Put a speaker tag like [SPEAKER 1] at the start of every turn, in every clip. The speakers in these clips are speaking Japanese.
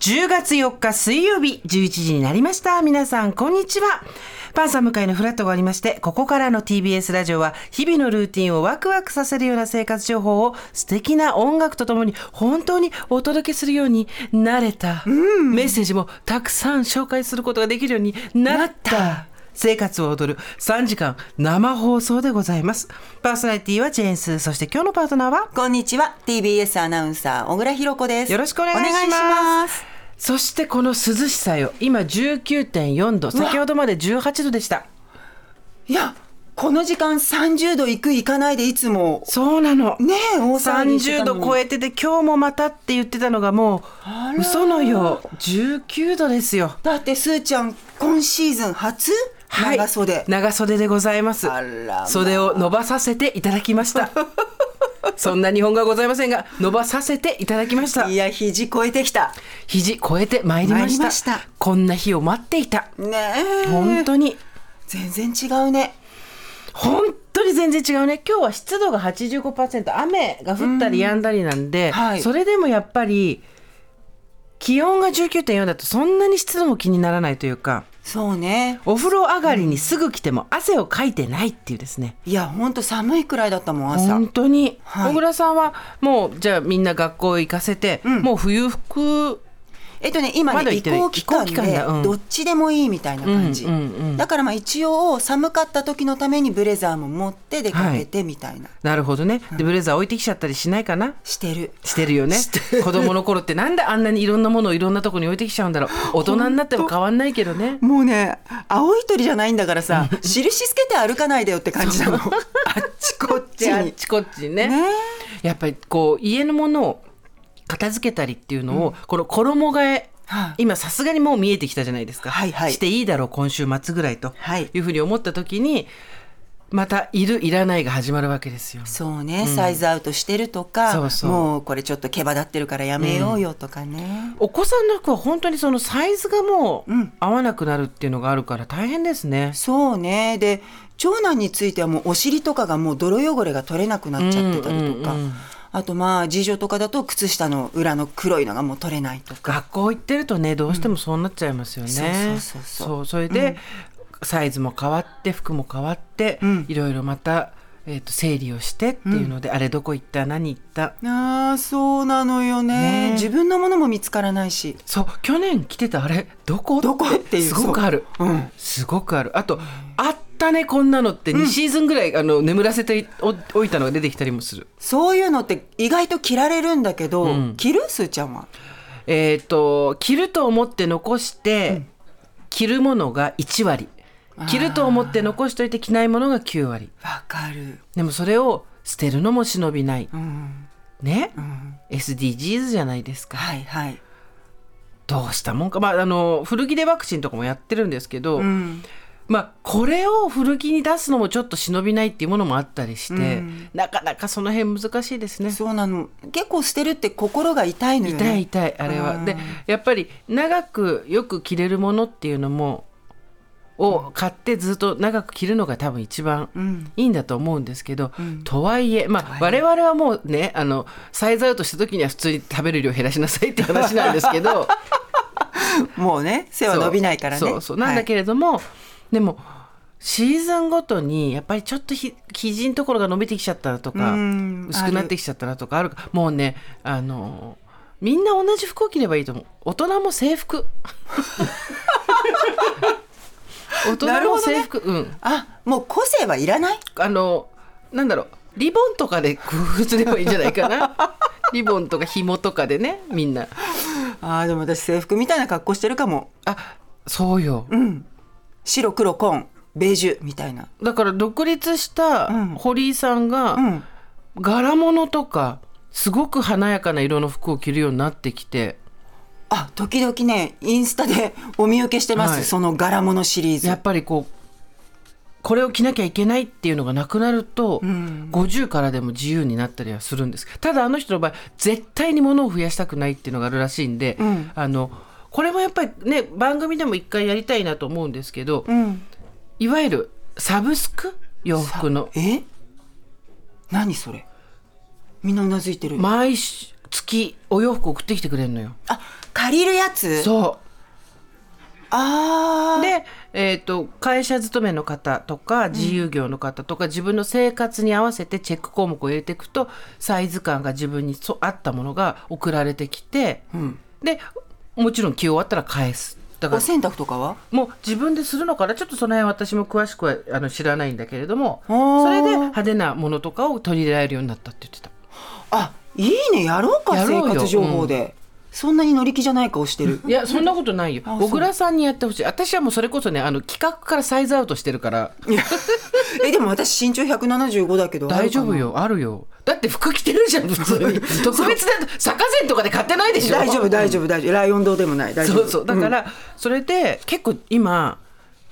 [SPEAKER 1] 10月4日水曜日11時になりました。皆さん、こんにちは。パンサー向かいのフラットがありまして、ここからの TBS ラジオは日々のルーティンをワクワクさせるような生活情報を素敵な音楽とともに本当にお届けするようになれた。メッセージもたくさん紹介することができるようになった生活を踊る3時間生放送でございます。パーソナリティはジェーンス、そして今日のパートナーは
[SPEAKER 2] こんにちは TBS アナウンサー小倉弘子です
[SPEAKER 1] よろしくお願いします
[SPEAKER 2] お願いします
[SPEAKER 1] そしてこの涼しさよ今19.4度先ほどまで18度でした
[SPEAKER 2] いやこの時間30度行く行かないでいつも
[SPEAKER 1] そうなの
[SPEAKER 2] ねえ大騒ぎして
[SPEAKER 1] 30
[SPEAKER 2] たの
[SPEAKER 1] 度超えてて今日もまたって言ってたのがも
[SPEAKER 2] あ
[SPEAKER 1] う
[SPEAKER 2] ら
[SPEAKER 1] 嘘のよう19度ですよ
[SPEAKER 2] だってすーちゃん今シーズン初、
[SPEAKER 1] はい
[SPEAKER 2] 長袖
[SPEAKER 1] 長袖でございます
[SPEAKER 2] あらまあ
[SPEAKER 1] 袖を伸ばさせていただきました そんな日本語はございませんが伸ばさせていただきました
[SPEAKER 2] いや肘超えてきた
[SPEAKER 1] 肘超えてまいりま
[SPEAKER 2] 参
[SPEAKER 1] し
[SPEAKER 2] り
[SPEAKER 1] た
[SPEAKER 2] ました
[SPEAKER 1] こんな日を待っていた
[SPEAKER 2] ね
[SPEAKER 1] 本
[SPEAKER 2] え
[SPEAKER 1] 当に
[SPEAKER 2] 全然違うね
[SPEAKER 1] 本当に全然違うね今日は湿度が85%雨が降ったりやんだりなんで、
[SPEAKER 2] はい
[SPEAKER 1] それでもやっぱり気温が19.4だとそんなに湿度も気にならないというか
[SPEAKER 2] そうね
[SPEAKER 1] お風呂上がりにすぐ来ても汗をかいてないっていうですね
[SPEAKER 2] いやほんと寒いくらいだったもん朝
[SPEAKER 1] 本当に、
[SPEAKER 2] はい
[SPEAKER 1] 小倉さんはもうじゃあみんな学校行かせて、
[SPEAKER 2] ん
[SPEAKER 1] もう冬服
[SPEAKER 2] えっとね今
[SPEAKER 1] まだ言
[SPEAKER 2] ね移
[SPEAKER 1] ってる
[SPEAKER 2] 行期間
[SPEAKER 1] 移行期間
[SPEAKER 2] で
[SPEAKER 1] だうん
[SPEAKER 2] どっちでもいいみたいな感じ、
[SPEAKER 1] うんうんうん
[SPEAKER 2] だからまあ一応寒かった時のためにブレザーも持って出かけてみたいな、
[SPEAKER 1] なるほどねでブレザー置いてきちゃったりしないかな
[SPEAKER 2] してる
[SPEAKER 1] してるよね子供の頃ってなんであんなにいろんなものをいろんなとこに置いてきちゃうんだろう大人になっても変わんないけどね
[SPEAKER 2] もうね青い鳥じゃないんだからさ印つけて歩かないでよって感じなの あっちこっち
[SPEAKER 1] あっ
[SPEAKER 2] に
[SPEAKER 1] ちこっちね
[SPEAKER 2] ね
[SPEAKER 1] やっぱりこう家のものを片付けたりっていうのを、この衣替え
[SPEAKER 2] はい
[SPEAKER 1] 今さすがにもう見えてきたじゃないですか、
[SPEAKER 2] はいはい
[SPEAKER 1] していいだろう今週末ぐらいと、
[SPEAKER 2] はい
[SPEAKER 1] いうふうに思った時にまたいるいらないが始まるわけですよ。
[SPEAKER 2] そうね、サイズアウトしてるとか
[SPEAKER 1] そうそう
[SPEAKER 2] もうこれちょっと毛羽立ってるからやめようよとかね、
[SPEAKER 1] お子さんの服は本当にそのサイズがもう
[SPEAKER 2] うん
[SPEAKER 1] 合わなくなるっていうのがあるから大変ですね。
[SPEAKER 2] そうねで長男についてはもうお尻とかがもう泥汚れが取れなくなっちゃってたりとか、
[SPEAKER 1] うんうんうん
[SPEAKER 2] あとまあ次女とかだと靴下の裏の黒いのがもう取れないとか
[SPEAKER 1] 学校行ってるとねどうしてもそうなっちゃいますよね。
[SPEAKER 2] うんそうそうそうそう
[SPEAKER 1] そうそれで、サイズも変わって服も変わって、
[SPEAKER 2] うん
[SPEAKER 1] いろいろまた、えー、と整理をしてっていうので、あれどこ行った何行った
[SPEAKER 2] あーそうなのよね
[SPEAKER 1] ね
[SPEAKER 2] 自分のものも見つからないし
[SPEAKER 1] そう去年着てたあれどこ
[SPEAKER 2] どこっていう
[SPEAKER 1] すごくある。
[SPEAKER 2] うん
[SPEAKER 1] すごくあるあとあったねこんなのって2シーズンぐらい、あの眠らせておおいたのが出てきたりもする
[SPEAKER 2] そういうのって意外と着られるんだけど、
[SPEAKER 1] うん
[SPEAKER 2] 着るすーちゃんは。
[SPEAKER 1] えっ、と着ると思って残して、着るものが1割着ると思って残しといて着ないものが9割
[SPEAKER 2] わかる。
[SPEAKER 1] でもそれを捨てるのも忍びない。
[SPEAKER 2] うん。
[SPEAKER 1] ね、
[SPEAKER 2] ん
[SPEAKER 1] SDGs じゃないですか。
[SPEAKER 2] はいはい。
[SPEAKER 1] どうしたもんか。まあ、あの、古着でワクチンとかもやってるんですけど、
[SPEAKER 2] うん。
[SPEAKER 1] まあ、これを古着に出すのもちょっと忍びないっていうものもあったりして、
[SPEAKER 2] うん
[SPEAKER 1] なかなかその辺難しいですね。
[SPEAKER 2] そうなの。結構捨てるって心が痛いのよ
[SPEAKER 1] 痛
[SPEAKER 2] ね。
[SPEAKER 1] い痛い、あれは。
[SPEAKER 2] うん
[SPEAKER 1] で、やっぱり長くよく着れるものっていうのも、を買ってずっと長く着るのが多分一番
[SPEAKER 2] うん。
[SPEAKER 1] いいんだと思うんですけど、
[SPEAKER 2] ん
[SPEAKER 1] とはいえ、まあ、
[SPEAKER 2] とはい
[SPEAKER 1] 我々はもうねあのサイズアウトした時には普通に食べる量減らしなさいって話なんです けど
[SPEAKER 2] もうね、背は伸びないからね。
[SPEAKER 1] そうそうなんだけれども、でもシーズンごとにやっぱりちょっとひ肘のところが伸びてきちゃったなとか
[SPEAKER 2] うん
[SPEAKER 1] 薄くなってきちゃったなとかあるかもうねあのみんな同じ服を着ればいいと思う大人も制 服大
[SPEAKER 2] な
[SPEAKER 1] 人
[SPEAKER 2] るほ
[SPEAKER 1] も
[SPEAKER 2] どね
[SPEAKER 1] 制服、うん
[SPEAKER 2] はいあ、もう個性はいらない。
[SPEAKER 1] あの、なんだろう、リボンとかで工夫すればいいんじゃないかな。 リボンとか紐とかでね、みんな。
[SPEAKER 2] あー、でも私制服みたいな格好してるかも。
[SPEAKER 1] あ、そうよ。
[SPEAKER 2] うん。白黒紺、ベージュみたいな。
[SPEAKER 1] だから独立した
[SPEAKER 2] うん
[SPEAKER 1] 堀井さんが、
[SPEAKER 2] うん。
[SPEAKER 1] 柄物とか、すごく華やかな色の服を着るようになってきて、
[SPEAKER 2] あ、時々ね、インスタでお見受けしてます。
[SPEAKER 1] はい
[SPEAKER 2] その柄物シリーズ。
[SPEAKER 1] やっぱりこう、これを着なきゃいけないっていうのがなくなると、
[SPEAKER 2] ん
[SPEAKER 1] 50からでも自由になったりはするんですただあの人の場合絶対に物を増やしたくないっていうのがあるらしいんで、
[SPEAKER 2] うん
[SPEAKER 1] あのこれもやっぱりね番組でも一回やりたいなと思うんですけど、
[SPEAKER 2] うん。
[SPEAKER 1] いわゆるサブスク洋服の
[SPEAKER 2] え何それみんなうなずいてる、
[SPEAKER 1] 毎月お洋服送ってきてくれるのよ。
[SPEAKER 2] あ買借りるやつ
[SPEAKER 1] そう
[SPEAKER 2] ああ
[SPEAKER 1] で、えー、と会社勤めの方とか自由業の方とか、自分の生活に合わせてチェック項目を入れていくとサイズ感が自分にそ合ったものが送られてきて、でもちろん着終わったら返すだか
[SPEAKER 2] お
[SPEAKER 1] ら
[SPEAKER 2] 洗濯とかは
[SPEAKER 1] もう自分でするのかなちょっとその辺私も詳しくはあの知らないんだけれども
[SPEAKER 2] あー
[SPEAKER 1] それで派手なものとかを取り入れられるようになったって言ってた。
[SPEAKER 2] あいいねやろうか
[SPEAKER 1] やろう
[SPEAKER 2] 生
[SPEAKER 1] よ
[SPEAKER 2] 活情報で、そんなに乗り気じゃない顔してる
[SPEAKER 1] いやそんなことないよ
[SPEAKER 2] あそう
[SPEAKER 1] 小倉さんにやってほしい私はもうそれこそねあの企画からサイズアウトしてるから
[SPEAKER 2] いやえでも私身長175だけど
[SPEAKER 1] 大丈夫よあるよだって服着てるじゃん普通 に特別だと坂膳とかで買ってないでしょ
[SPEAKER 2] 大丈夫大
[SPEAKER 1] 夫
[SPEAKER 2] 丈夫大丈夫ライオン堂でもない大丈夫
[SPEAKER 1] そうそうだから、それで結構今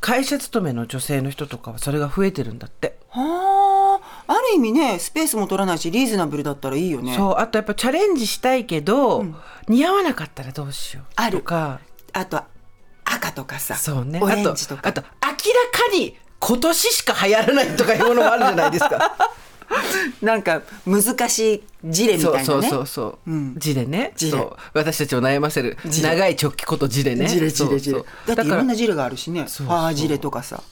[SPEAKER 1] 会社勤めの女性の人とかはそれが増えてるんだって、
[SPEAKER 2] はあある意味ねスペースも取らないしリーズナブルだったらいいよね
[SPEAKER 1] そうあとやっぱチャレンジしたいけど、似合わなかったらどうしよう
[SPEAKER 2] ある
[SPEAKER 1] とか
[SPEAKER 2] あと赤とかさ
[SPEAKER 1] そうね
[SPEAKER 2] オ
[SPEAKER 1] あ
[SPEAKER 2] レ
[SPEAKER 1] と
[SPEAKER 2] ンジとか
[SPEAKER 1] あと明らかに今年しか流行らないとかいうものもあるじゃないです か
[SPEAKER 2] なんか難しいジレみたいなね
[SPEAKER 1] そうそうそうそう、
[SPEAKER 2] うん
[SPEAKER 1] 字でね
[SPEAKER 2] 字で
[SPEAKER 1] そう私たちを悩ませる
[SPEAKER 2] 字で
[SPEAKER 1] 長い直帰こと字でね
[SPEAKER 2] ジレジ
[SPEAKER 1] そうそ
[SPEAKER 2] レ
[SPEAKER 1] う
[SPEAKER 2] ジレだってい
[SPEAKER 1] から
[SPEAKER 2] ろんなジレがあるしね
[SPEAKER 1] そうそう
[SPEAKER 2] ああジレとかさ、うん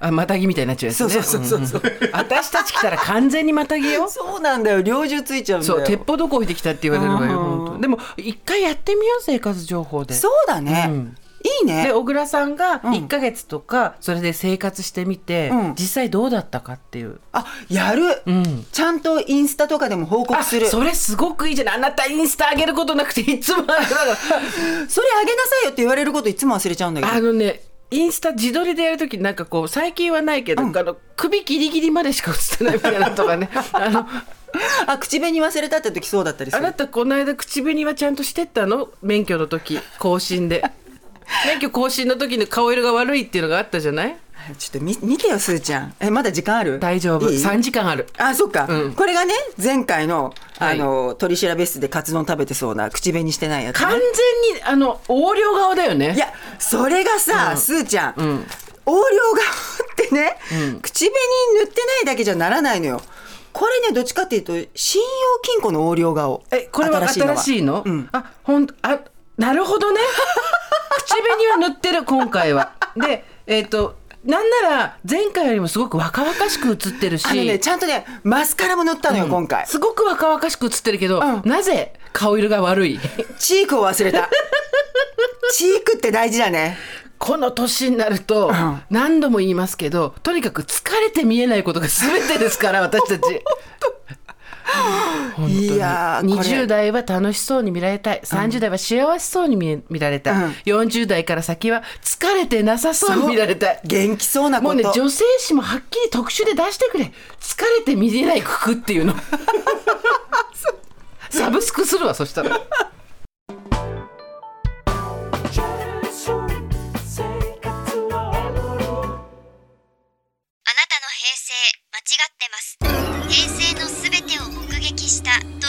[SPEAKER 1] あまたぎみたいになっちゃうやつね
[SPEAKER 2] そうそうそうそうん
[SPEAKER 1] ん私たち来たら完全にまたぎよ
[SPEAKER 2] そうなんだよ猟銃ついちゃうんだ
[SPEAKER 1] そ
[SPEAKER 2] よ
[SPEAKER 1] う鉄砲どこ置いてきたって言われるわよ
[SPEAKER 2] あー
[SPEAKER 1] 本当にでも一回やってみよう生活情報で
[SPEAKER 2] そうだね、
[SPEAKER 1] うん
[SPEAKER 2] いいね
[SPEAKER 1] で小倉さんが
[SPEAKER 2] うん
[SPEAKER 1] 1か月とかそれで生活してみて、
[SPEAKER 2] うん
[SPEAKER 1] 実際どうだったかっていう、
[SPEAKER 2] あやる、
[SPEAKER 1] うん、
[SPEAKER 2] ちゃんとインスタとかでも報告
[SPEAKER 1] あ
[SPEAKER 2] するそ
[SPEAKER 1] それすごくいいじゃないあなたインスタ上げることなくていつも
[SPEAKER 2] れあげなさいよって言われることいつも忘れちゃうんだけど
[SPEAKER 1] あのねインスタ自撮りでやるときなんかこう最近はないけど、あの首ギリギリまでしか映ってないみたいなと かねあの
[SPEAKER 2] あ口紅忘れたって時そうだったりす
[SPEAKER 1] あ
[SPEAKER 2] る
[SPEAKER 1] なたこの間口紅はちゃんとしてったの免許の時更新 で免許更新の時の顔色が悪いっていうのがあったじゃない
[SPEAKER 2] ちょっと見見てよすーちゃんえまだ時間ある
[SPEAKER 1] 大丈夫
[SPEAKER 2] いい
[SPEAKER 1] 3時間ある
[SPEAKER 2] あそっか、
[SPEAKER 1] うん
[SPEAKER 2] これがね前回の
[SPEAKER 1] は
[SPEAKER 2] あ
[SPEAKER 1] い
[SPEAKER 2] の、取り調べ室でカツ丼食べてそうな口紅してないやつ、
[SPEAKER 1] 完
[SPEAKER 2] ね、
[SPEAKER 1] 全にあの横領顔だよね
[SPEAKER 2] いやそれがさ、
[SPEAKER 1] うん
[SPEAKER 2] すーちゃん、
[SPEAKER 1] うん
[SPEAKER 2] 横領顔ってね、口紅塗ってないだけじゃならないのよこれねどっちかっていうと信用金庫の横領顔
[SPEAKER 1] えこれは
[SPEAKER 2] の
[SPEAKER 1] 新しいの
[SPEAKER 2] うん
[SPEAKER 1] あほんあなるほど ね口紅は塗ってる今回はでえっ、となんなら前回よりもすごく若々しく映ってるし
[SPEAKER 2] あのねちゃんとねマスカラも塗ったのよ、今回
[SPEAKER 1] すごく若々しく映ってるけど、
[SPEAKER 2] うん
[SPEAKER 1] なぜ顔色が悪い
[SPEAKER 2] チークを忘 れたチークって大事だね
[SPEAKER 1] この年になると
[SPEAKER 2] ん
[SPEAKER 1] 何度も言いますけどとにかく疲れて見えないことが全てですから私たち。本当に
[SPEAKER 2] いやーこれ
[SPEAKER 1] 20代は楽しそうに見られたい30代は幸せそうに見え見られたい、
[SPEAKER 2] うん
[SPEAKER 1] 40代から先は疲れてなさそうに見られたい
[SPEAKER 2] 元気そうな
[SPEAKER 1] も
[SPEAKER 2] こ
[SPEAKER 1] う
[SPEAKER 2] と
[SPEAKER 1] ね女性誌もはっきり特集で出してくれ疲れて見れないくくっていう のサブスクするわそしたら。
[SPEAKER 3] あなたの平成間違ってます平成のすべてを目撃したと